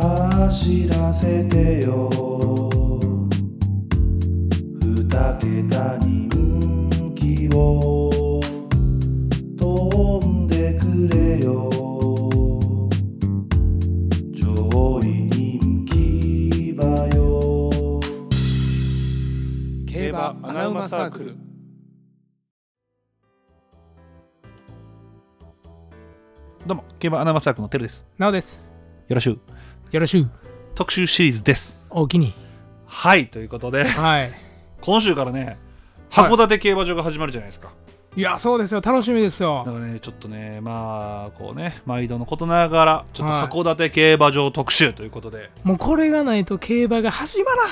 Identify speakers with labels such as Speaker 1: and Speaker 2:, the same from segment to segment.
Speaker 1: 走らせてよ二桁人気を飛んでくれよ上位人気馬よ
Speaker 2: 競馬アナウマサークル
Speaker 3: どうも、競馬アナウンサークのテルです。
Speaker 4: なおです。
Speaker 3: よろしく。
Speaker 4: よろしゅう。
Speaker 3: 特集シリーズです。
Speaker 4: おおきに。
Speaker 3: はい、ということで、
Speaker 4: はい。
Speaker 3: 今週からね、
Speaker 4: はい
Speaker 3: 函館競馬場が始まるじゃないですか。
Speaker 4: いや、そうですよ。楽しみです
Speaker 3: だか
Speaker 4: よ。
Speaker 3: らね、ちょっとね、まあ、こうね、毎度のことながら、ちょっと
Speaker 4: はい
Speaker 3: 函館競馬場特集ということで、
Speaker 4: もうこれがないと競馬が始まらん。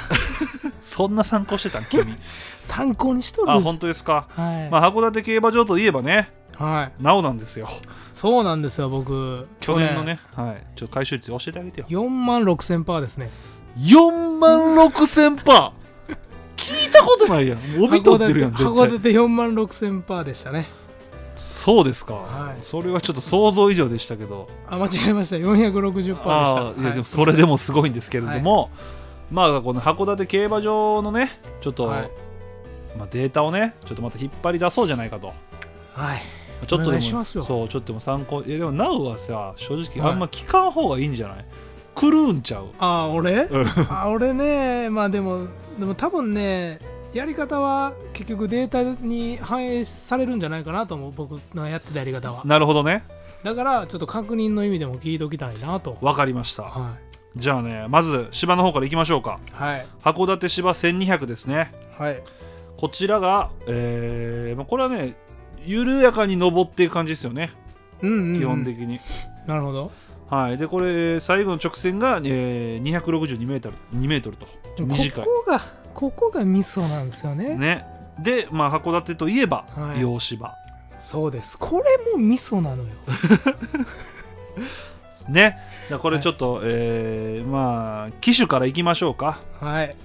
Speaker 3: そんな参考してたん、君。
Speaker 4: 参考にしとる。
Speaker 3: あ、本当ですか。
Speaker 4: はい、
Speaker 3: まあ、函館競馬場といえばね、
Speaker 4: はい。
Speaker 3: なおなんですよ。
Speaker 4: そうなんですよ、僕。
Speaker 3: 去年の。ね、はい、ちょっと回収率教えてあげてよ。
Speaker 4: 4万6千パーですね。
Speaker 3: 4万6千パー聞いたことないやん。帯取ってるやん、絶
Speaker 4: 函
Speaker 3: 対。
Speaker 4: 館函館4万6千パーでしたね。
Speaker 3: そうですか、
Speaker 4: はい
Speaker 3: それはちょっと想像以上でしたけど
Speaker 4: あ、間違えました。460パ
Speaker 3: あ
Speaker 4: ーでし
Speaker 3: あ
Speaker 4: た。
Speaker 3: いやでも
Speaker 4: は
Speaker 3: それでもすごいんですけれども、まあこの函館競馬場のねちょっと、
Speaker 4: はい
Speaker 3: まあ、データをねちょっとまた引っ張り出そうじゃないかと
Speaker 4: い。はい。
Speaker 3: ちょっとで
Speaker 4: お願
Speaker 3: も
Speaker 4: いしますよ
Speaker 3: そうちょっとでも参考いやでもなうはさ正直
Speaker 4: はい
Speaker 3: あんま聞かん方がいいんじゃない、狂うんちゃう
Speaker 4: あー、俺
Speaker 3: うん
Speaker 4: あ、俺ね。まあでも、でも多分ね、やり方は結局データに反映されるんじゃないかなと思う。僕のやってたやり方は。
Speaker 3: なるほどね
Speaker 4: だからちょっと確認の意味でも聞いときたいなと
Speaker 3: わかりました
Speaker 4: は
Speaker 3: じゃあねまず芝の方からいきましょうか
Speaker 4: いはい
Speaker 3: 函館芝1200ですね
Speaker 4: はい
Speaker 3: こちらが、えーまあ、これはね緩やかに登っていく感じですよね
Speaker 4: うんうん、うん、
Speaker 3: 基本的に、
Speaker 4: なるほど
Speaker 3: はいでこれ最後の直線が、えー、262メートル2メートルと短い
Speaker 4: ここがここがミソなんですよね
Speaker 3: ねでまあ函館といえば、
Speaker 4: はい
Speaker 3: 洋芝
Speaker 4: そうですこれもミソなのよ
Speaker 3: ねだからこれちょっと、えーまあ機種からいきましょうか
Speaker 4: はい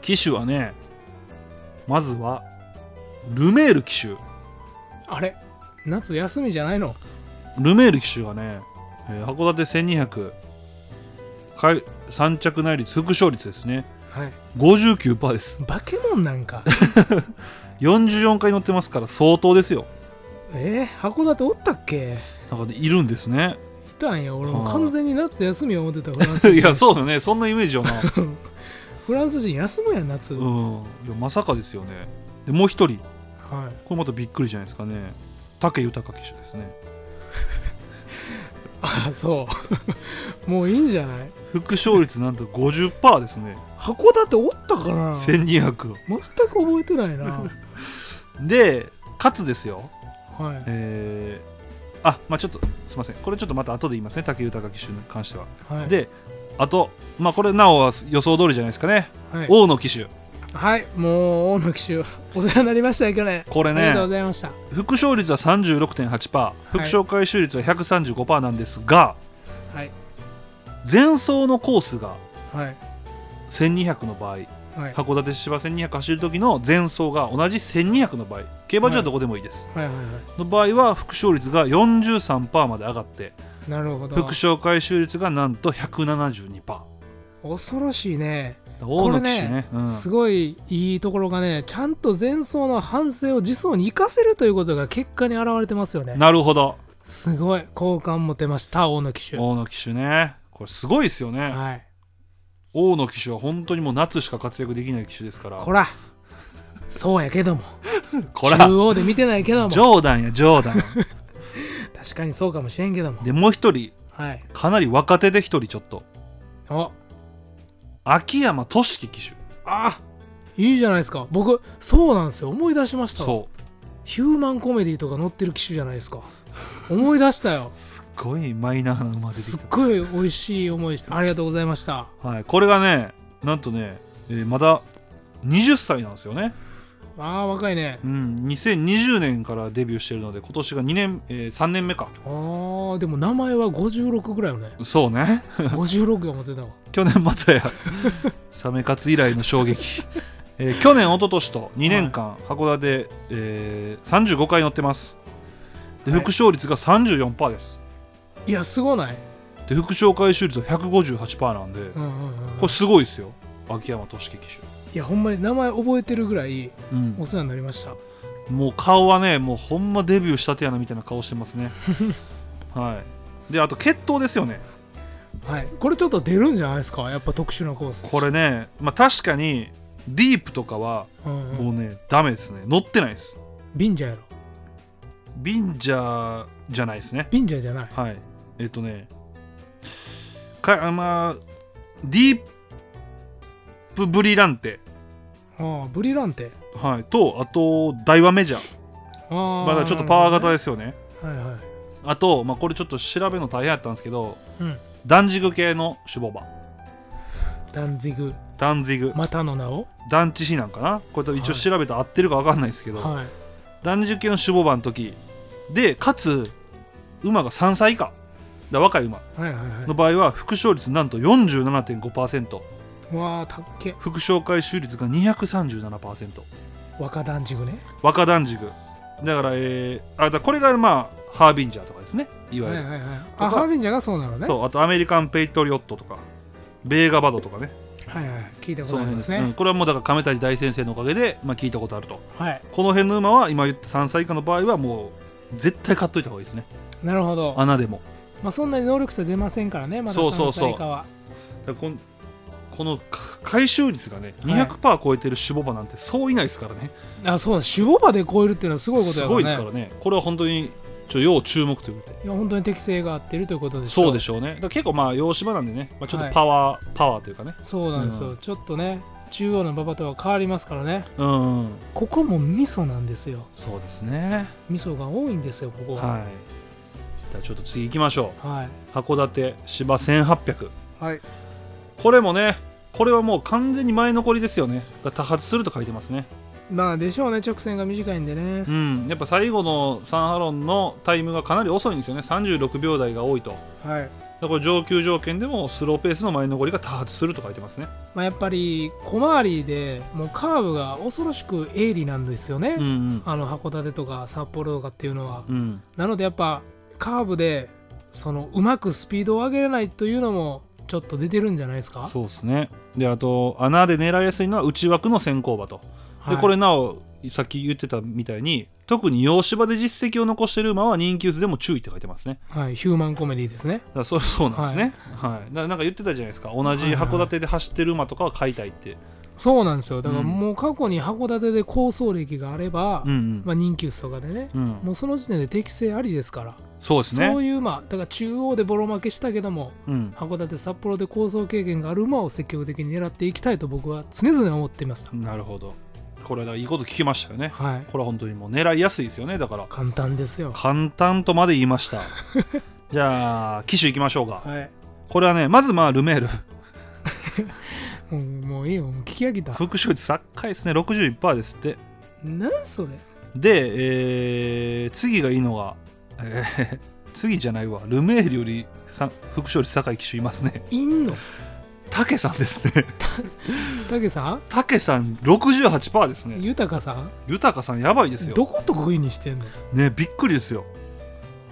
Speaker 3: 機種はねまずはルメール機種
Speaker 4: あれ夏休みじゃないの
Speaker 3: ルメール騎手はね、えー函館1200かい3着内率副勝率ですね
Speaker 4: はい
Speaker 3: 59%です
Speaker 4: バケモンなん か
Speaker 3: 44回乗ってますから相当ですよ
Speaker 4: えー、函館おったっけ
Speaker 3: なんかねいるんです ね
Speaker 4: いたんや俺
Speaker 3: は
Speaker 4: もう
Speaker 3: い
Speaker 4: 完全に夏休みや思ってたフランス 人
Speaker 3: いやそうだねそんなイメージよ な、う
Speaker 4: フランス人休むやん夏、
Speaker 3: ん、
Speaker 4: はい
Speaker 3: いやまさかですよねでもう一人これまたびっくりじゃないですかね武豊騎手ですね
Speaker 4: あそうもう いいんじゃない
Speaker 3: 副勝率なんと50%ですね
Speaker 4: 函館おったかな
Speaker 3: 1200
Speaker 4: 全く覚えてないな
Speaker 3: で勝つですよ
Speaker 4: はい
Speaker 3: えーあまあちょっとすいませんこれちょっとまた後で言いますね武豊騎手に関しては、
Speaker 4: はい、
Speaker 3: であとまあこれなおは予想通りじゃないですかね、
Speaker 4: はい、
Speaker 3: 大野騎手
Speaker 4: はい、もう大野騎手、お世話になりましたよ、去年。
Speaker 3: これ
Speaker 4: ありがとうご
Speaker 3: ね
Speaker 4: ざいました。
Speaker 3: 副勝率は36.8%副勝回収率は135%なんですが、
Speaker 4: はい、
Speaker 3: 前走のコースが
Speaker 4: はい、
Speaker 3: 1200の場合
Speaker 4: はい、
Speaker 3: 函館芝1200走る時の前走が同じ1200の場合競馬場はどこでもいいです、
Speaker 4: はい、はい、は
Speaker 3: の場合は副勝率が43%まで上がって
Speaker 4: い。なるほ
Speaker 3: 副
Speaker 4: ど。
Speaker 3: 勝回収率がなんと172%
Speaker 4: 恐ろしいね、
Speaker 3: 大野騎手ね
Speaker 4: これ
Speaker 3: う
Speaker 4: ね
Speaker 3: ん、
Speaker 4: すごいいいところがね、ちゃんと前走の反省を次走に生かせるということが結果に表れてますよね。
Speaker 3: なるほど
Speaker 4: すごい、好感持てました、大野騎手。は
Speaker 3: 大野騎手ねこれすごいですよね、
Speaker 4: い。
Speaker 3: 大野騎手は本当にもう夏しか活躍できない騎手ですから
Speaker 4: こら、そうやけども、
Speaker 3: こら
Speaker 4: 中央で見てないけども、
Speaker 3: 冗談や冗談
Speaker 4: 確かにそうかもしれんけど も。
Speaker 3: でもう一人
Speaker 4: はい。
Speaker 3: かなり若手で一人ちょっと
Speaker 4: お
Speaker 3: 秋山俊樹騎手
Speaker 4: あいいじゃないですか僕そうなんですよ思い出しました
Speaker 3: そ
Speaker 4: ヒューマンコメディとか載ってる機種じゃないですか思い出した よ
Speaker 3: うすっごいマイナーな馬出て
Speaker 4: す
Speaker 3: き
Speaker 4: っごい美味しい思いしてありがとうございました
Speaker 3: た、はい、これがねなんとね、えーまだ20歳なんですよね、
Speaker 4: あー若いね
Speaker 3: うん、2020年からデビューしてるので今年が2年、え3年目か
Speaker 4: あーでも名前は56ぐらい よね
Speaker 3: そうね
Speaker 4: 56が持ってたわ
Speaker 3: 去年またやサメ活以来の衝 撃、えー去年一昨年と2年間函館、えー35回乗ってますで
Speaker 4: はい
Speaker 3: 副勝率が34%です、
Speaker 4: いやすごない
Speaker 3: で副賞回収率は158%なんで、
Speaker 4: うんうんうん
Speaker 3: これすごいですよ秋山俊樹騎
Speaker 4: いやほんまに名前覚えてるぐらい
Speaker 3: 手、うん
Speaker 4: お世話になりました
Speaker 3: もう顔はねもうほんまデビューしたてやなみたいな顔してますね はいであと血統ですよね
Speaker 4: はいこれちょっと出るんじゃないですかやっぱ特殊なコース
Speaker 3: これね、まあ、確かにディープとかは
Speaker 4: うんうん
Speaker 3: もうね、ダメですね乗ってないです
Speaker 4: ビンジャーやろ
Speaker 3: ビンジャーじゃないですね
Speaker 4: ビンジャーじゃない
Speaker 3: はいえっとねかあまあディープブリランテ、
Speaker 4: ああブリランテ
Speaker 3: はい、とあとダイワメジャー
Speaker 4: あ
Speaker 3: まだちょっとパワー型
Speaker 4: で
Speaker 3: ですよね
Speaker 4: はいはい
Speaker 3: あと、まあ、これちょっと調べるの大変やったんですけど
Speaker 4: うん
Speaker 3: ダンジグ系の脂肪馬
Speaker 4: ダンジグ
Speaker 3: ダンジグ
Speaker 4: またの名を
Speaker 3: 団地比なんかなこれと一応
Speaker 4: はい
Speaker 3: 調べたら合ってるか分かんないですけど、
Speaker 4: はい
Speaker 3: 断食系の守護馬の時でかつ馬が3歳以下だ若い馬
Speaker 4: はいはいは
Speaker 3: の場合は副賞率なんと47.5%
Speaker 4: いわあたっけ
Speaker 3: 副賞回収率が237%
Speaker 4: 若ダンジグね
Speaker 3: 若断食だから,、えーあだからこれがまあハービンジャーとかですねいわ
Speaker 4: は
Speaker 3: ゆ
Speaker 4: い
Speaker 3: る、
Speaker 4: はいはい
Speaker 3: か
Speaker 4: あハービンジャーがそうなのね
Speaker 3: そうあとアメリカン・ペイトリオットとかベーガバドとかね
Speaker 4: はいはい聞いたこ
Speaker 3: そ
Speaker 4: と
Speaker 3: の
Speaker 4: あ
Speaker 3: 辺
Speaker 4: りま
Speaker 3: ですすね、うん
Speaker 4: ね
Speaker 3: これはもうだから亀谷大先生のおかげで、まあ、聞いたことあると
Speaker 4: はい
Speaker 3: この辺の馬は今言った3歳以下の場合はもう絶対買っといた方がいいですね
Speaker 4: なるほど
Speaker 3: 穴でも
Speaker 4: まあそんなに能力差出ませんからねまだ
Speaker 3: そうそう
Speaker 4: 3
Speaker 3: そう
Speaker 4: 歳以下は
Speaker 3: だからこんこのか回収率がね200%超えてる守護馬なんてそういないですからね、
Speaker 4: あそうだ守護馬で超えるっていうのはすごいこと
Speaker 3: す
Speaker 4: や
Speaker 3: ごい
Speaker 4: ね
Speaker 3: ですからねこれは本当にちょ要注目ということで
Speaker 4: いや本当に適性が合ってるということでしょ
Speaker 3: そうでしょうねだから結構まあ洋芝なんでね、まあ、ちょっ
Speaker 4: は
Speaker 3: と
Speaker 4: い
Speaker 3: パワー、パワーというかね
Speaker 4: そうなんですよ、
Speaker 3: うん
Speaker 4: ちょっとね中央の馬場とは変わりますからね
Speaker 3: うんうん
Speaker 4: ここも味噌なんですよ
Speaker 3: そうですね
Speaker 4: 味噌が多いんですよここは
Speaker 3: はいじゃあちょっと次行きましょ
Speaker 4: はいう
Speaker 3: 函館芝1800
Speaker 4: はい
Speaker 3: これもねこれはもう完全に前残りですよねが多発すると書いてますね
Speaker 4: まあでしょうね直線が短いんでね
Speaker 3: うんやっぱ最後のサンハロンのタイムがかなり遅いんですよね36秒台が多いと
Speaker 4: はい
Speaker 3: だから上級条件でもスローペースの前残りが多発すると書いてますね。
Speaker 4: まあやっぱり小回りでもうカーブが恐ろしく鋭利なんですよね、
Speaker 3: ん
Speaker 4: あの函館とか札幌とかっていうのは、
Speaker 3: うん。うん。
Speaker 4: なのでやっぱカーブでそのうまくスピードを上げれないというのもちょっと出てるんじゃないですか
Speaker 3: そうですね。で、あと、穴で狙いやすいのは内枠の先行馬と。
Speaker 4: はい
Speaker 3: で、これなお、さっき言ってたみたいに、特に洋芝で実績を残している馬は人気薄でも注意って書いてますね。
Speaker 4: はい、ヒューマンコメディですね
Speaker 3: だからそう そうなんですね。はい。だからなんか言ってたじゃないですか。同じ函館で走ってる馬とかは買いたいって。
Speaker 4: そうなんですよだから
Speaker 3: うん
Speaker 4: もう過去に函館で構想歴があれば、
Speaker 3: うん
Speaker 4: まあ、人気薄とかでね、
Speaker 3: うん。う
Speaker 4: も
Speaker 3: ん。
Speaker 4: うその時点で適性ありですから、
Speaker 3: そうです
Speaker 4: そう
Speaker 3: ね。
Speaker 4: いうまあだから中央でボロ負けしたけども
Speaker 3: うん。
Speaker 4: 函館札幌で構想経験がある馬を積極的に狙っていきたいと僕は常々思っていました、
Speaker 3: なるほど。これはだからいいこと聞きましたよね。
Speaker 4: はい
Speaker 3: これは本当にもう狙いやすいですよね。だから。
Speaker 4: 簡単ですよ
Speaker 3: 簡単とまで言いました じゃあ機種いきましょうか
Speaker 4: はい
Speaker 3: これはねまずまあルメール
Speaker 4: もうもういいよもう聞き飽きた
Speaker 3: 副賞率高いですね61%ですって
Speaker 4: なんそれ
Speaker 3: で、えー次がいいのが、えー次じゃないわルメールよりさ副賞率高い機種いますね
Speaker 4: いんの
Speaker 3: タケさんですね
Speaker 4: たけさん
Speaker 3: タケさん68%ですね
Speaker 4: 豊かさん
Speaker 3: 豊さんやばいです
Speaker 4: ど
Speaker 3: よ
Speaker 4: こと得意にしてんの
Speaker 3: ねびっくりですよ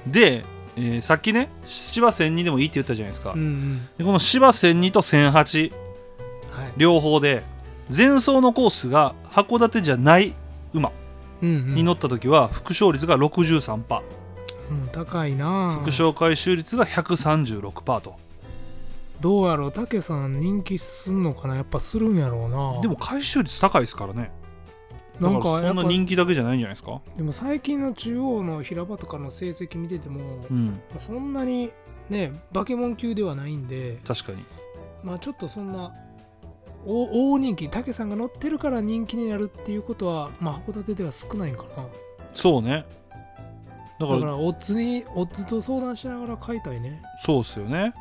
Speaker 3: で、えーさっきね芝1002でもいいって言ったじゃないですか、
Speaker 4: うんうん
Speaker 3: でこの芝1002と1008
Speaker 4: はい
Speaker 3: 両方で前走のコースが函館じゃない馬
Speaker 4: うんう
Speaker 3: に
Speaker 4: ん
Speaker 3: 乗
Speaker 4: も
Speaker 3: った時は副賞率が63%パ
Speaker 4: う高いな
Speaker 3: ー
Speaker 4: ぁ
Speaker 3: 副賞回収率が136%パーと
Speaker 4: どうやろうたけさん人気すんのかなやっぱするんやろうな
Speaker 3: でも回収率高いですからねだ
Speaker 4: な
Speaker 3: か
Speaker 4: ん
Speaker 3: ら
Speaker 4: かや
Speaker 3: そ
Speaker 4: っ
Speaker 3: ん
Speaker 4: ぱ
Speaker 3: な人気だけじゃないんじゃないですか
Speaker 4: でも最近の中央の平場とかの成績見てても、
Speaker 3: うん
Speaker 4: そんなにねバケモン級ではないんで、
Speaker 3: 確かに
Speaker 4: まあ、ちょっとそんなお大人気たけさんが乗ってるから人気になるっていうことは、まあ、函館では少ないんかな
Speaker 3: そうねだから
Speaker 4: だからオッズにオッズと相談しながら買いたいね
Speaker 3: そうっすよね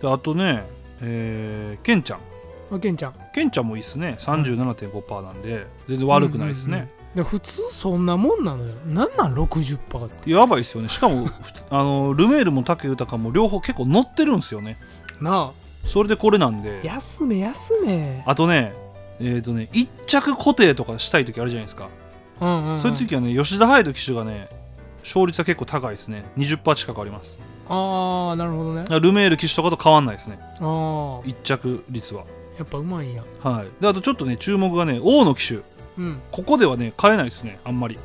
Speaker 3: であとねえー、ケンちゃん
Speaker 4: あけんちゃん
Speaker 3: ケンちゃんもいいっすね37.5%なんで全然悪くないですね、
Speaker 4: うんうんうんで普通そんなもんなのよなんなん60%って
Speaker 3: やばいですよねしかもふあのルメールも武豊も両方結構乗ってるんですよね
Speaker 4: な
Speaker 3: それでこれなん
Speaker 4: あ
Speaker 3: で
Speaker 4: 休め休め
Speaker 3: あとねえっ、とね一着固定とかしたい時あるじゃないですか、
Speaker 4: うんうん、うん、
Speaker 3: そういう時はね吉田隼人騎手がね勝率は結構高いですね20%近くあります
Speaker 4: ああなるほどね
Speaker 3: ルメール騎手とかと変わんないですね
Speaker 4: ああ
Speaker 3: 一着率は
Speaker 4: やっぱうまいんや
Speaker 3: はいであとちょっとね注目がね王の騎手
Speaker 4: うん
Speaker 3: ここではね買えないですねあんまり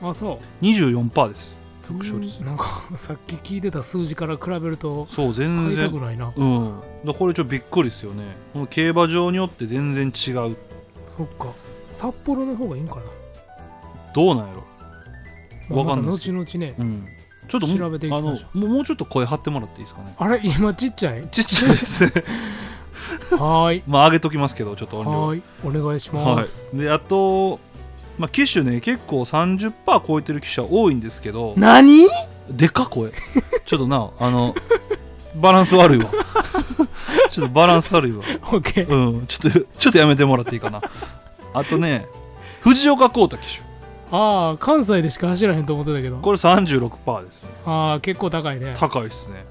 Speaker 4: あそう
Speaker 3: 24%です副勝率
Speaker 4: なんか さっき聞いてた数字から比べると
Speaker 3: そう全
Speaker 4: 買いたく
Speaker 3: 然
Speaker 4: ないな
Speaker 3: うんだこれちょっとびっくりですよねこの競馬場によって全然違う
Speaker 4: そっか札幌の方がいいんかな、
Speaker 3: どうなんやろ
Speaker 4: まあ
Speaker 3: わかんない
Speaker 4: ま
Speaker 3: で
Speaker 4: た
Speaker 3: す
Speaker 4: 後々ね
Speaker 3: うんちょっともう
Speaker 4: 調べていき
Speaker 3: あの
Speaker 4: ま
Speaker 3: も
Speaker 4: しょ
Speaker 3: うもうちょっと声張ってもらっていいですかね
Speaker 4: あれ 今ちっちゃい
Speaker 3: ちっちゃいですね
Speaker 4: はーい
Speaker 3: まあ上げときますけどちょっと音量
Speaker 4: はーいお願いします、
Speaker 3: はい、であと、まあ、機種ね結構30%超えてる機種は多いんですけど
Speaker 4: 何
Speaker 3: でか声ちょっとなあのバランス悪いわ ちょっとバランス悪いわ
Speaker 4: ?OK
Speaker 3: うんちょっとちょっとやめてもらっていいかなあとね藤岡浩太機種
Speaker 4: ああ関西でしか走らへんと思ってたけど
Speaker 3: これ36%ですね
Speaker 4: ああ結構高いね
Speaker 3: 高いですね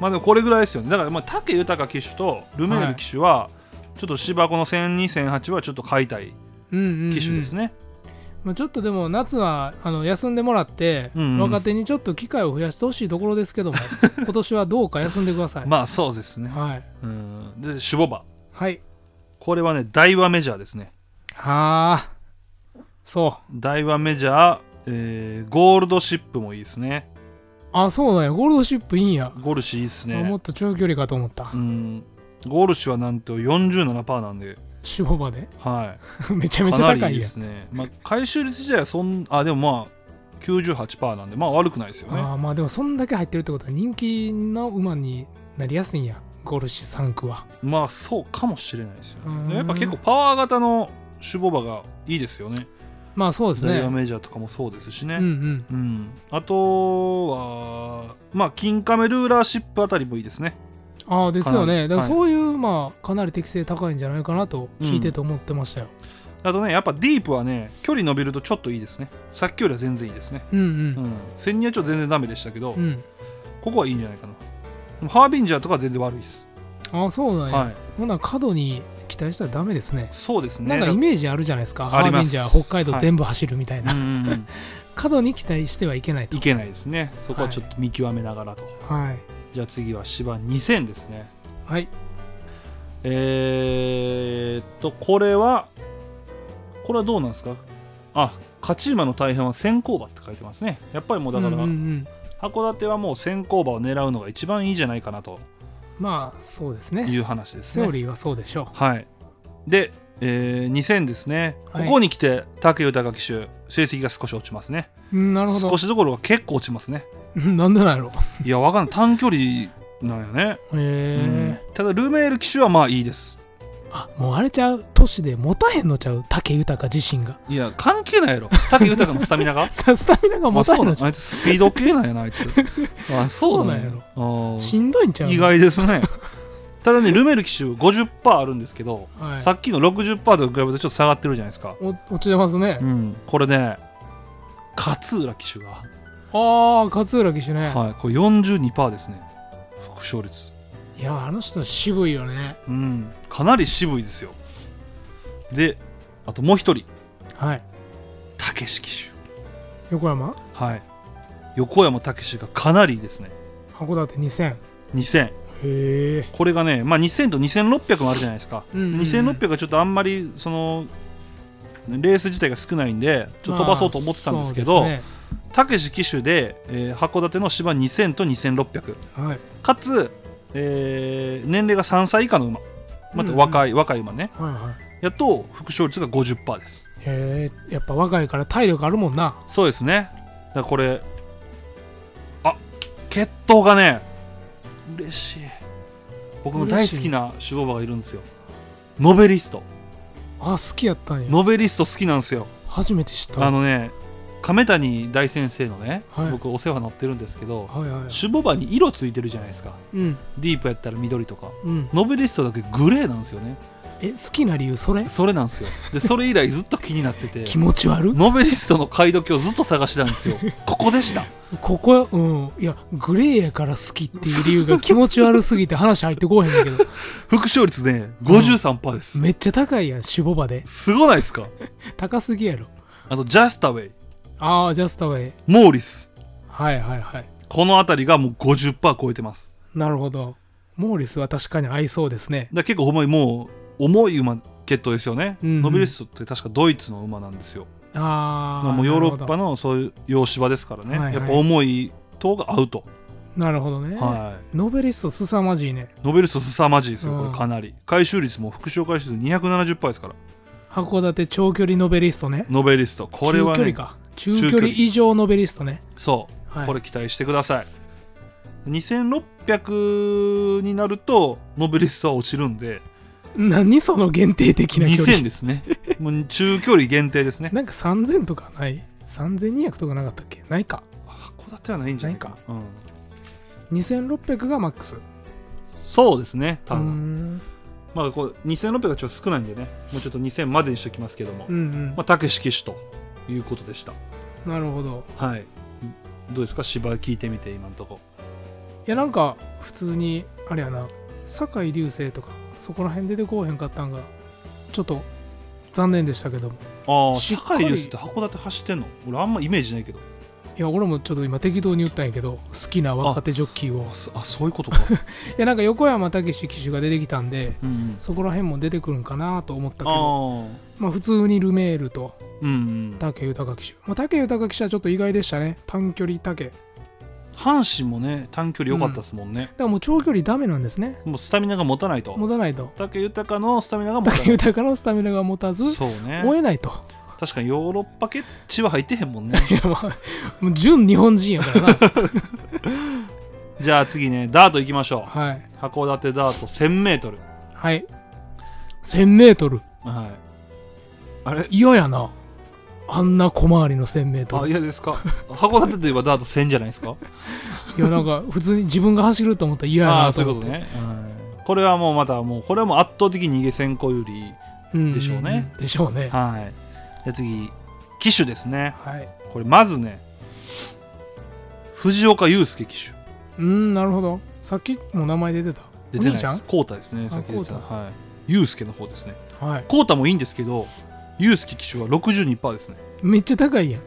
Speaker 3: まあでもこれぐらいですよねだからまあ武豊機種とルメール機種は、ちょっと芝この10208はちょっと買いたい
Speaker 4: うんうんうん
Speaker 3: 機種ですね、
Speaker 4: まあ、ちょっとでも夏はあの休んでもらって、
Speaker 3: うんうん
Speaker 4: 若手にちょっと機会を増やしてほしいところで すけども今年はどうか休んでください、
Speaker 3: まあそうですね、
Speaker 4: はい
Speaker 3: うんでシュボバ
Speaker 4: はい
Speaker 3: これはね、大和メジャーですね。
Speaker 4: はあそ
Speaker 3: 大和メジャー、えーゴールドシップもいいですね。
Speaker 4: うあそうなんやゴールドシップいいんや、
Speaker 3: ゴルシいいです
Speaker 4: もっ
Speaker 3: ね。
Speaker 4: と長距離かと思った、
Speaker 3: うん。ゴルシはなんと47%なんで、
Speaker 4: 守護場で
Speaker 3: は
Speaker 4: めちゃ
Speaker 3: い。
Speaker 4: めち
Speaker 3: か
Speaker 4: ゃ
Speaker 3: なり
Speaker 4: 高
Speaker 3: いい
Speaker 4: い
Speaker 3: で
Speaker 4: やん
Speaker 3: すね。まあ、回収率自体はそん、あ、でもまあ、98%なんで、まあ悪くないですよね。
Speaker 4: あーまあでもそんだけ入ってるってことは人気の馬になりやすいんやゴルシ3区は
Speaker 3: まあそうかもしれないですよ
Speaker 4: うん
Speaker 3: ね。やっぱ結構パワー型のシュボバがいいですよね。
Speaker 4: まあそうですね
Speaker 3: 大和メジャーとかもそうですしね。
Speaker 4: うんうん
Speaker 3: うん、あとは、まあ、金亀ルーラーシップあたりもいいですね。
Speaker 4: ああですよね
Speaker 3: かなり
Speaker 4: だからそういう、まあかなり適性高いんじゃないかなと聞いてて思ってましたよ、
Speaker 3: あとね、やっぱディープはね、距離伸びるとちょっといいですね。さっきよりは全然いいですね。
Speaker 4: うん、うん
Speaker 3: うん。1200はちょっと全然ダメでしたけど、
Speaker 4: うん。
Speaker 3: ここはいいんじゃないかな。でもハービンジャーとかは全然悪いです。
Speaker 4: ああ、そうなんや。
Speaker 3: はい。
Speaker 4: ほな、過度に期待したらダメですね。
Speaker 3: そうです
Speaker 4: な
Speaker 3: ね。
Speaker 4: んかイメージあるじゃないですか。ハ
Speaker 3: あり
Speaker 4: ービ
Speaker 3: ま
Speaker 4: ン
Speaker 3: す
Speaker 4: ジャー、北海道全部走るみたいな。
Speaker 3: うんうんうん。
Speaker 4: 過度に期待してはいけないと
Speaker 3: い。けないですね。そこはちょっと見極めながらと。
Speaker 4: はい。
Speaker 3: じゃあ次は芝2000ですね。
Speaker 4: はい。
Speaker 3: えー、っと、これは、これはどうなんですかあ、勝ち馬の大半は先行馬って書いてますね。やっぱりもうだから、
Speaker 4: うんうんうん
Speaker 3: 函館はもう先行馬を狙うのが一番いいじゃないかなと
Speaker 4: まあ、そうですね。
Speaker 3: いう話です
Speaker 4: セ
Speaker 3: ね。
Speaker 4: オリーはそうでしょ
Speaker 3: はい。で、えー2000ですね。
Speaker 4: はい
Speaker 3: ここに来て、武豊騎手、成績が少し落ちますね。
Speaker 4: う。うん、なるほど
Speaker 3: 少。しどころか結構落ちますね。
Speaker 4: うん なんでなんやろ。
Speaker 3: いや、わかんない。短距離なんよね。うん
Speaker 4: へえ。
Speaker 3: ただ、ルメール騎手はまあいいです。
Speaker 4: あもうあれちゃう。都市で持たへんのちゃう。武豊自身が。。
Speaker 3: いや、関係ないやろ。武豊のスタミナが
Speaker 4: さスタミナが持
Speaker 3: あ、そ
Speaker 4: たへ
Speaker 3: うんなんや
Speaker 4: のちゃ
Speaker 3: あいつスピード系なんやな、あ いつ。あ、そうなんや
Speaker 4: そうなんや
Speaker 3: あ
Speaker 4: う。
Speaker 3: ー
Speaker 4: しんどいんちゃう。
Speaker 3: 意。外です ね。ただね、ルメール騎手50%あるんですけど、
Speaker 4: はい
Speaker 3: さっきの60%と比べてちょっと下がってるじゃないですか。
Speaker 4: お落ちてますね
Speaker 3: う。ん、これね、勝浦騎手が、
Speaker 4: ああ、勝浦騎手ね。
Speaker 3: はい、これ42%ですね、副勝率。
Speaker 4: いや、あの人渋いよね。
Speaker 3: うん、かなり渋いですよ。で、あともう一人、
Speaker 4: はい。
Speaker 3: たけし騎
Speaker 4: 横山
Speaker 3: 手。はい、横山たけしがかなりいいですね、
Speaker 4: 函館2000
Speaker 3: 2000。
Speaker 4: へえ
Speaker 3: これがね、まあ、2000と2600もあるじゃないですか。
Speaker 4: うんうんうん
Speaker 3: 2600がちょっとあんまり、その、レース自体が少ないんで、ちょっと飛ばそうと思ってたんですけど、たけし騎手で、えー函館の芝2000と2600。
Speaker 4: はい
Speaker 3: かつ、えー年齢が3歳以下の馬また若い、若い馬ね
Speaker 4: はいは
Speaker 3: やっと副勝率が50%です
Speaker 4: いへえやっぱ若いから体力あるもんな
Speaker 3: そうですねだからこれあ血統がね嬉しい僕の大好きな守護馬がいるんですよノベリスト
Speaker 4: あ好きやったんや
Speaker 3: ノベリスト好きなんですよ
Speaker 4: 初めて知った
Speaker 3: あのね亀谷大先生のね、
Speaker 4: はい
Speaker 3: 僕お世話になってるんですけど
Speaker 4: はいはい
Speaker 3: 守護馬に色ついてるじゃないですか
Speaker 4: うん
Speaker 3: ディープやったら緑とか
Speaker 4: うん
Speaker 3: ノベリストだけグレーなんですよね
Speaker 4: え好きな理由それ
Speaker 3: それなんですよでそれ以来ずっと気になってて
Speaker 4: 気持ち悪
Speaker 3: ノベリストの買い時をずっと探してたん ですよここでした
Speaker 4: ここうんいやグレーやから好きっていう理由が気持ち悪すぎて話入ってこうへん だけど
Speaker 3: 副勝率ね53%です、
Speaker 4: めっちゃ高いやんシュボバです
Speaker 3: ごないですか
Speaker 4: 高すぎやろ
Speaker 3: あとジャスタウェイ
Speaker 4: ああジャスタウェイ
Speaker 3: モーリス
Speaker 4: はいはいはい
Speaker 3: この辺りがもう50%超えてます
Speaker 4: なるほどモーリスは確かに合いそうです
Speaker 3: だ
Speaker 4: ね
Speaker 3: から結構ほんまにもう重い馬決闘ですよね、
Speaker 4: うんうん
Speaker 3: ノビリストって確かドイツの馬なんですよ
Speaker 4: あ
Speaker 3: ま
Speaker 4: あ
Speaker 3: あもうヨーロッパ
Speaker 4: の
Speaker 3: のそういう洋芝ですからね、
Speaker 4: はいはい
Speaker 3: やっぱ重い塔が合うと、
Speaker 4: なるほどね、
Speaker 3: は
Speaker 4: ノベリストすさまじいね
Speaker 3: いノベリスト凄まじいですよこ
Speaker 4: う
Speaker 3: れ
Speaker 4: ん
Speaker 3: かなり回収率も副賞回収率270%ですから
Speaker 4: 函館長距離ノベリストね
Speaker 3: ノベリストこれは
Speaker 4: 中距離
Speaker 3: ね
Speaker 4: か中距離以上ノベリストね
Speaker 3: そう、
Speaker 4: はい
Speaker 3: これ期待してください2600になるとノベリストは落ちるんで
Speaker 4: 何その限定的な距離
Speaker 3: 2000です ねもう中距離限定ですね
Speaker 4: なんか3000とかない3200とかなかったっけないか
Speaker 3: 函館はないんじゃないかなうん、
Speaker 4: 2600がマックス
Speaker 3: そうですね
Speaker 4: う
Speaker 3: 多
Speaker 4: ー
Speaker 3: 分、
Speaker 4: ん
Speaker 3: まあこう2600がちょっと少ないんでねもうちょっと2000までにしときますけども、
Speaker 4: うんうん
Speaker 3: まあ、たけし騎手ということでした
Speaker 4: なるほど
Speaker 3: はいどうですか芝聞いてみて今のとこ
Speaker 4: いやなんか普通にあれやな酒井流星とかそこら辺出てこうへんかったんがちょっと残念でしたけども
Speaker 3: ああ
Speaker 4: しっか
Speaker 3: 坂
Speaker 4: り
Speaker 3: 井ですって函館走ってんの俺あんまイメージないけど
Speaker 4: いや俺もちょっと今適当に言ったんやけど好きな若手ジョッキーを
Speaker 3: あそあそういうことか
Speaker 4: いやなんか横山武史騎手が出てきたんで
Speaker 3: うん、うん、
Speaker 4: そこら辺も出てくるんかなと思ったけ
Speaker 3: ああ
Speaker 4: どまあ普通にルメールと
Speaker 3: うん、うん、
Speaker 4: 武豊騎手、まあ、武豊騎手はちょっと意外でしたね短距離武だか
Speaker 3: 阪神もね短距離良かったですもんね、
Speaker 4: らもう長距離ダメなんですね
Speaker 3: もうスタミナが持たないと
Speaker 4: 持たないと
Speaker 3: 武豊のスタミナが持た
Speaker 4: 武
Speaker 3: ない
Speaker 4: 豊のスタミナが持たず
Speaker 3: そうね
Speaker 4: 追えないと
Speaker 3: 確かにヨーロッパ血地は入ってへんもんね
Speaker 4: いやまあもう純日本人やからな
Speaker 3: じゃあ次ねダート行きましょ
Speaker 4: はいう
Speaker 3: 函館ダート 1000m
Speaker 4: はい 1000m
Speaker 3: はいあれ
Speaker 4: 嫌やなあんな小回りの
Speaker 3: あ
Speaker 4: 1000m
Speaker 3: いやですか函館といえばダート1000じゃない ですか
Speaker 4: いやなんか普通に自分が走ると思ったら嫌や
Speaker 3: ああ
Speaker 4: な
Speaker 3: そ
Speaker 4: と
Speaker 3: ういう
Speaker 4: 思
Speaker 3: こ
Speaker 4: っ
Speaker 3: と
Speaker 4: て
Speaker 3: ね、うんこれはもうまたもうこれはもう圧倒的に逃げ先行より
Speaker 4: うん
Speaker 3: でしょうね
Speaker 4: でしょうね
Speaker 3: はいじゃあ次騎手ですね
Speaker 4: はい
Speaker 3: これまずね藤岡祐介騎手
Speaker 4: うんなるほどさっきも名前出てた
Speaker 3: 出
Speaker 4: お
Speaker 3: てない
Speaker 4: 兄
Speaker 3: で
Speaker 4: ちゃ
Speaker 3: す
Speaker 4: ん
Speaker 3: 浩太ですね先ほど
Speaker 4: 浩太
Speaker 3: はい祐介の方ですね
Speaker 4: はい
Speaker 3: 浩太もいいんですけど祐介騎手は62%ですね
Speaker 4: めっちゃ高いやん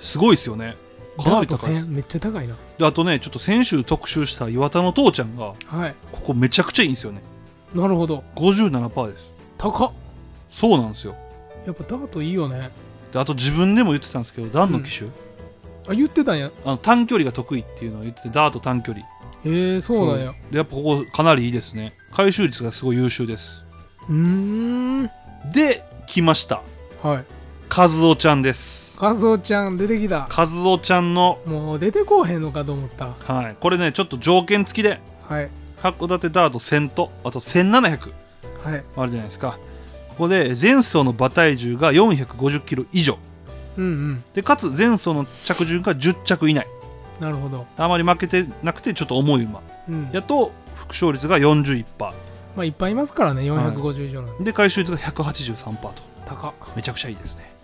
Speaker 3: すごいですよねかなり高いで
Speaker 4: ダート
Speaker 3: す
Speaker 4: 1000めっちゃ高いな
Speaker 3: であとねちょっと先週特集した岩田の父ちゃんが
Speaker 4: はい
Speaker 3: ここめちゃくちゃいいんですよね
Speaker 4: なるほど
Speaker 3: 57%です
Speaker 4: 高っ
Speaker 3: そうなんですよ
Speaker 4: やっぱダートいいよね
Speaker 3: であと自分でも言ってたんですけどダンの機種、
Speaker 4: あ言ってたんやへ
Speaker 3: あの短距離が得意っていうのを言っててダート短距離
Speaker 4: えそうなんや
Speaker 3: そうでやっぱここかなりいいですね回収率がすごい優秀です
Speaker 4: うーん
Speaker 3: で来ました
Speaker 4: はい
Speaker 3: 和夫ちゃんです
Speaker 4: カズオちゃん出てきた
Speaker 3: 和夫ちゃんの
Speaker 4: もう出てこうへんのかと思った
Speaker 3: はいこれねちょっと条件付きで
Speaker 4: はい
Speaker 3: 函館ダート1000とあと1700
Speaker 4: はい
Speaker 3: あるじゃないですかここで前走の馬体重が450キロ以上
Speaker 4: うんうん
Speaker 3: でかつ前走の着順が10着以内
Speaker 4: なるほど
Speaker 3: あまり負けてなくてちょっと重い馬
Speaker 4: うん
Speaker 3: やっと副勝率が41%
Speaker 4: まあいっぱいいますからね450以上なんで、
Speaker 3: で回収率が183%と
Speaker 4: 高っ
Speaker 3: めちゃくちゃいいですね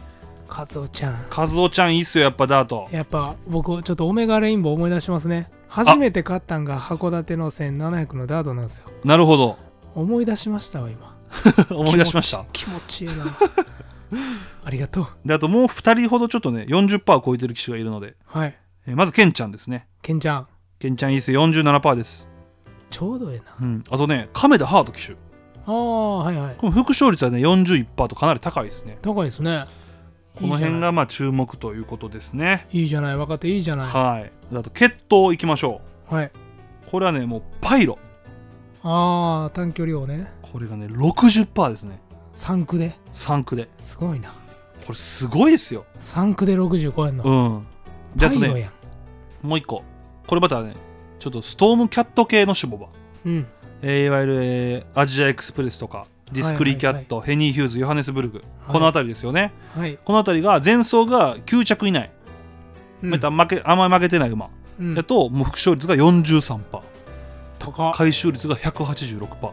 Speaker 4: カズオちゃん
Speaker 3: 和夫ちゃんいいっすよやっぱダート
Speaker 4: やっぱ僕ちょっとオメガレインボー思い出しますね初めて買ったんが函館の1700のダートなんですよ
Speaker 3: なるほど
Speaker 4: 思い出しましたわ今
Speaker 3: 思い出しました
Speaker 4: 気持ち気持ちいいな ありがとう
Speaker 3: であともう2人ほどちょっとね40%を超えてる騎手がいるので、
Speaker 4: はい
Speaker 3: えーまずケンちゃんですね
Speaker 4: ケンちゃん
Speaker 3: ケンちゃんいいっすよ47%です、
Speaker 4: ちょうどええな
Speaker 3: うん、あとね亀田ハート騎手
Speaker 4: ああはいはい
Speaker 3: この副勝率はね41%とかなり高いですね
Speaker 4: 高いですね
Speaker 3: この辺がまあ注目ということですね
Speaker 4: いいじゃない若手いいじゃない
Speaker 3: はいあと決闘いきましょ
Speaker 4: はいう
Speaker 3: これはねもうパイロ
Speaker 4: ああ短距離をね
Speaker 3: これがね60%ですね
Speaker 4: 3区で
Speaker 3: 3区です
Speaker 4: ごいな
Speaker 3: これすごいですよ
Speaker 4: 3区で60超えんの
Speaker 3: うんであ
Speaker 4: 太
Speaker 3: と
Speaker 4: 陽
Speaker 3: ね
Speaker 4: やん
Speaker 3: もう一個これまたねちょっとストームキャット系のシュボバ
Speaker 4: うん
Speaker 3: えーいわゆる、えーアジアエクスプレスとかディスクリーキャット、ヘニー・ヒューズヨハネスブルグ、この辺りですよね
Speaker 4: はい
Speaker 3: この辺りが前走が9着以内、
Speaker 4: うん
Speaker 3: また負けあんまり負けてない馬、
Speaker 4: うん
Speaker 3: だともう副勝率が43%
Speaker 4: 高っ
Speaker 3: 回収率が186%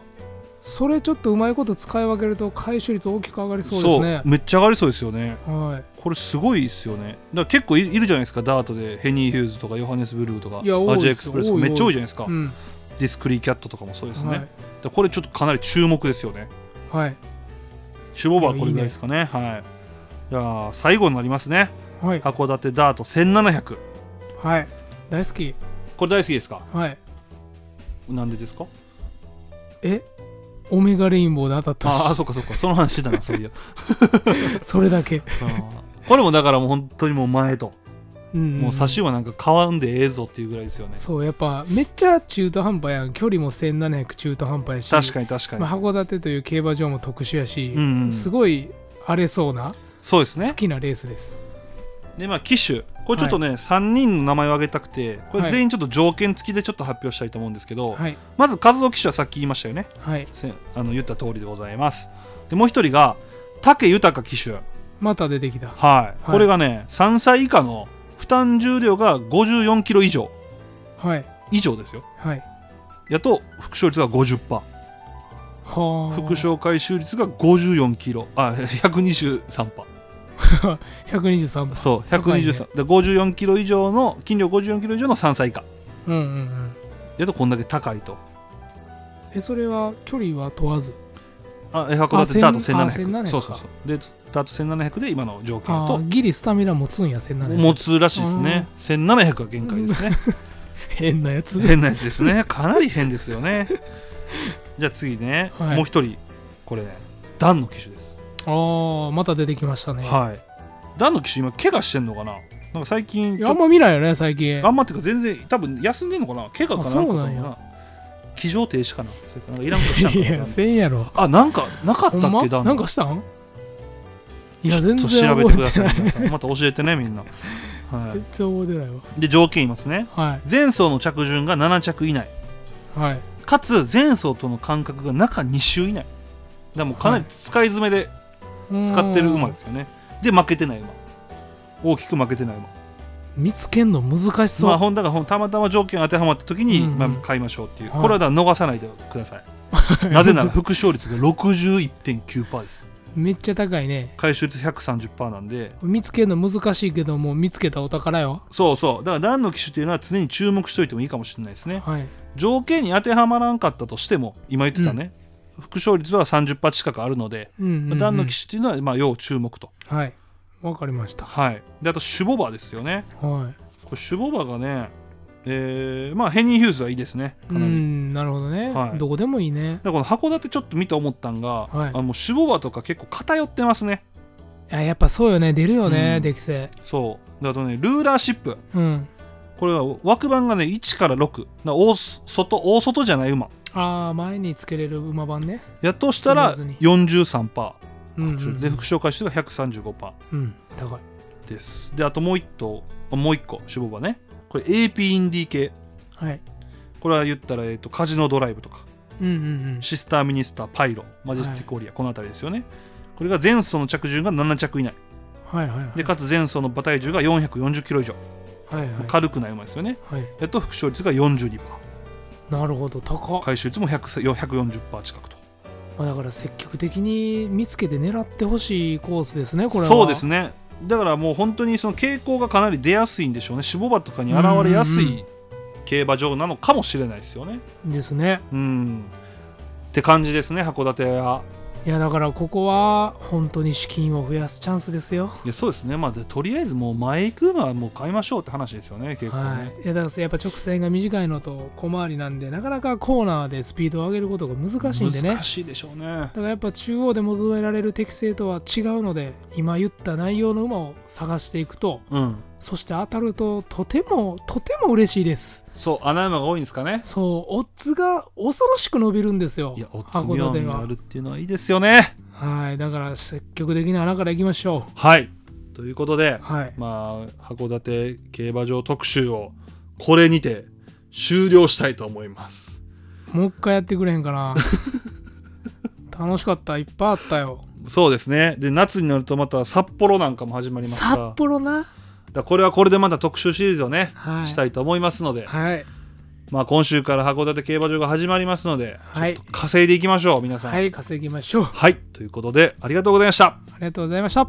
Speaker 4: それちょっとうまいこと使い分けると回収率大きく上がりそうですね
Speaker 3: めっちゃ上がりそうですよね
Speaker 4: は
Speaker 3: これすごいですよねだから結構いいるじゃないですかダートでヘニー・ヒューズとかヨハネスブルグとか
Speaker 4: いや多い
Speaker 3: アジア
Speaker 4: で
Speaker 3: エクス
Speaker 4: す
Speaker 3: プレスと
Speaker 4: 多
Speaker 3: か
Speaker 4: い
Speaker 3: めっちゃ多いじゃないですか、
Speaker 4: いうん
Speaker 3: ディスクリーキャットとかもそうですね、
Speaker 4: は
Speaker 3: だ
Speaker 4: い
Speaker 3: からこれちょっとかなり注目ですよね
Speaker 4: はい
Speaker 3: シュボーバーはこれぐらいですかねはいじゃあ最後になりますね
Speaker 4: はい
Speaker 3: 函館ダート1700
Speaker 4: はい大好き
Speaker 3: ここれ大好きですか
Speaker 4: はい
Speaker 3: なんでですか
Speaker 4: えオメガレインボーで当たったし
Speaker 3: ああそっかそっかその話だなそうい や
Speaker 4: それだけ、
Speaker 3: うんこれもだからもう本当にもう前と、
Speaker 4: うん、
Speaker 3: もう差しはなんか買わんでええぞっていうぐらいですよね
Speaker 4: そうやっぱめっちゃ中途半端やん距離も1700中途半端やし
Speaker 3: 確かに確かに、
Speaker 4: まあ、函館という競馬場も特殊やし、
Speaker 3: うんうん
Speaker 4: すごい荒れそうな
Speaker 3: そうですね
Speaker 4: 好きなレースです、
Speaker 3: でまあ機種これちょっとね、3人の名前を挙げたくてこれ全員ちょっと条件付きでちょっと発表したいと思うんですけど、
Speaker 4: はい
Speaker 3: まず和夫騎手はさっき言いましたよね
Speaker 4: はい
Speaker 3: せあの言った通りでございますでもう一人が武豊騎手はい、
Speaker 4: また出てきた
Speaker 3: これがね3歳以下の負担重量が54キロ以上
Speaker 4: はい
Speaker 3: 以上ですよ
Speaker 4: はい
Speaker 3: やと副賞率が50%
Speaker 4: はあ
Speaker 3: 副賞回収率が54キロあ123%
Speaker 4: 123番
Speaker 3: そう
Speaker 4: 高いね
Speaker 3: 123、で54キロ以上の筋量54キロ以上の3歳以下
Speaker 4: うんうんうん
Speaker 3: やとこんだけ高いと
Speaker 4: えそれは距離は問わず
Speaker 3: あえ函館ダート
Speaker 4: 1000
Speaker 3: 1700
Speaker 4: 1700
Speaker 3: そうそうそうでダート1700で今の条件
Speaker 4: あ
Speaker 3: と
Speaker 4: ーギリスタミナ持つんや1700
Speaker 3: 持つらしいですね1700が限界ですね
Speaker 4: 変なや つ
Speaker 3: 変なやつですねかなり変ですよねじゃあ次ね、
Speaker 4: はい
Speaker 3: もう一人これねダンの機種です、
Speaker 4: ああまた出てきましたね、
Speaker 3: はいダンの機種今怪我してんのかななんか最近
Speaker 4: い
Speaker 3: ち
Speaker 4: や
Speaker 3: ょ
Speaker 4: あんま見ないよね最近
Speaker 3: あんまっていうか全然多分休んでんのかな怪我かな
Speaker 4: あそ
Speaker 3: ん
Speaker 4: う
Speaker 3: か
Speaker 4: なん
Speaker 3: か
Speaker 4: や
Speaker 3: な騎乗停止かなそれかなんかいらんことしたん
Speaker 4: い
Speaker 3: かな
Speaker 4: やせんやろ
Speaker 3: あなんかなかっ
Speaker 4: ほ
Speaker 3: た
Speaker 4: ん
Speaker 3: っ
Speaker 4: ま
Speaker 3: けダン
Speaker 4: なんかしたんいや全然
Speaker 3: ちょっと調べてくだ
Speaker 4: 覚え
Speaker 3: さ
Speaker 4: ない
Speaker 3: 皆さんまた教えてねみんな、は
Speaker 4: 全然覚えてないわ
Speaker 3: い、で条件言いますね
Speaker 4: は
Speaker 3: 前走の着順が7着以内
Speaker 4: いはい
Speaker 3: かつ前走との間隔が中2周以内だからもうかなり使い詰めで使ってる馬
Speaker 4: うん
Speaker 3: ですよねで負けてない馬大きく負けてない馬
Speaker 4: 見つけんの難しそう、
Speaker 3: まあ本だからほんたまたま条件当てはまった時に、
Speaker 4: うんうん
Speaker 3: まあ、買いましょうっていう、
Speaker 4: はい
Speaker 3: これはだから逃さないでくださ いなぜなら副勝率が61.9%です
Speaker 4: めっちゃ高いね
Speaker 3: 回収率130%なんで
Speaker 4: 見つけるの難しいけどもう見つけたお宝よ
Speaker 3: そうそうだから段の機種っていうのは常に注目しておいてもいいかもしれないですね
Speaker 4: はい
Speaker 3: 条件に当てはまらんかったとしても今言ってたね、副勝率は30%近くあるので、
Speaker 4: うんうん、うん、
Speaker 3: 段の機種っていうのはまあ要注目と
Speaker 4: はいわかりました
Speaker 3: はいであとシュボバーですよね
Speaker 4: は
Speaker 3: これシュボバがね、えーまあヘニー・ヒューズはいいですね
Speaker 4: い
Speaker 3: か
Speaker 4: う
Speaker 3: なり、だか
Speaker 4: んなるほどね、
Speaker 3: はい
Speaker 4: どこでもいいね
Speaker 3: らこの函館ちょっと見て思ったんが、
Speaker 4: はい
Speaker 3: あのもうシュボバとか結構偏ってますね
Speaker 4: いややっぱそうよね出るよ
Speaker 3: う
Speaker 4: ね、
Speaker 3: ん
Speaker 4: 適正
Speaker 3: そうであとねルーラーシップ
Speaker 4: うん
Speaker 3: これは枠番がね1から6な大外大外じゃない馬
Speaker 4: ああ前につけれる馬番ね
Speaker 3: やっとしたら
Speaker 4: スムー
Speaker 3: 43%パ
Speaker 4: うん、うんう
Speaker 3: ー
Speaker 4: ん、
Speaker 3: で副紹介してが135%パ
Speaker 4: うん高い
Speaker 3: ーですであともう1頭あもう1個シュボバねこれ AP インディ系
Speaker 4: はい
Speaker 3: これは言ったら、えっとカジノドライブとか
Speaker 4: うんうん
Speaker 3: シスターミニスターパイロマジェスティックオリア、この辺りですよねこれが前走の着順が7着以内
Speaker 4: うんはいはいはい
Speaker 3: でかつ前走の馬体重が440キロ以上、
Speaker 4: はいはい
Speaker 3: 軽くない馬ですよね
Speaker 4: はい
Speaker 3: やっと副勝率が42%
Speaker 4: なるほど高っ、
Speaker 3: 回収率も100 140%近くと
Speaker 4: まあ、だから積極的に見つけて狙ってほしいコースですねこれは
Speaker 3: そうです
Speaker 4: ね
Speaker 3: ねだからもう本当にその傾向がかなり出やすいんでしょうね脂肪馬とかに現れやす
Speaker 4: うんうん
Speaker 3: い競馬場なのかもしれないですよね
Speaker 4: ですね
Speaker 3: うんって感じですね函館はい
Speaker 4: やだからここは本当に資金を増やすチャンスですよ
Speaker 3: いやそうですねまあでとりあえずもう前行くのはもう買いましょうって話ですよね結構ね、
Speaker 4: はい、いやだからやっぱ直線が短いのと小回りなんでなかなかコーナーでスピードを上げることが難しいんでね
Speaker 3: 難しいでしょうね
Speaker 4: だからやっぱ中央で求められる適性とは違うので今言った内容の馬を探していくと
Speaker 3: うん
Speaker 4: そして当たるととてもとても嬉しいです
Speaker 3: そう穴馬が多いんですかね
Speaker 4: そうオッズが恐ろしく伸びるんですよ
Speaker 3: いやおつみ
Speaker 4: 函
Speaker 3: を
Speaker 4: 館
Speaker 3: があ
Speaker 4: は
Speaker 3: るっていうのはいいですよね
Speaker 4: はいだから積極的に穴から行きましょ
Speaker 3: はいということで
Speaker 4: うはい
Speaker 3: まあ函館競馬場特集をこれにて終了したいと思います
Speaker 4: もう一回やってくれへん かな楽しかったいっぱいあったよ
Speaker 3: そうですねで夏になるとまた札幌なんかも始まりますから
Speaker 4: 札幌な
Speaker 3: だこれはこれでまた特集シリーズをね、
Speaker 4: はい
Speaker 3: したいと思いますので、
Speaker 4: はい
Speaker 3: まあ、今週から函館競馬場が始まりますので、
Speaker 4: はい
Speaker 3: ちょっと稼いでいきましょう皆さん。
Speaker 4: は
Speaker 3: はい、
Speaker 4: い稼ぎましょうあ
Speaker 3: ということでありがとうございました。
Speaker 4: りがとうございました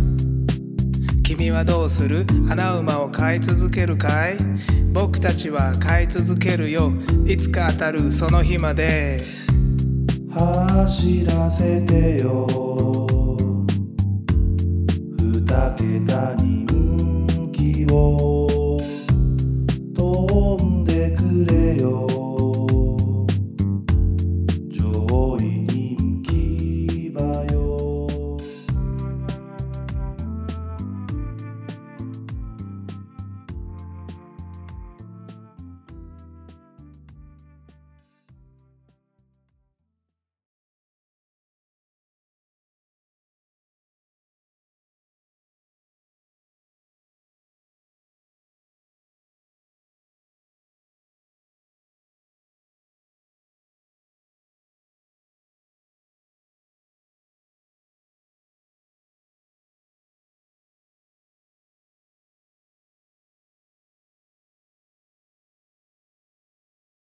Speaker 4: 君はどうする穴馬を飼い続けるかい僕たちは飼い続けるよいつか当たるその日まで
Speaker 1: 走らせてよ二桁人気を飛んでくれよ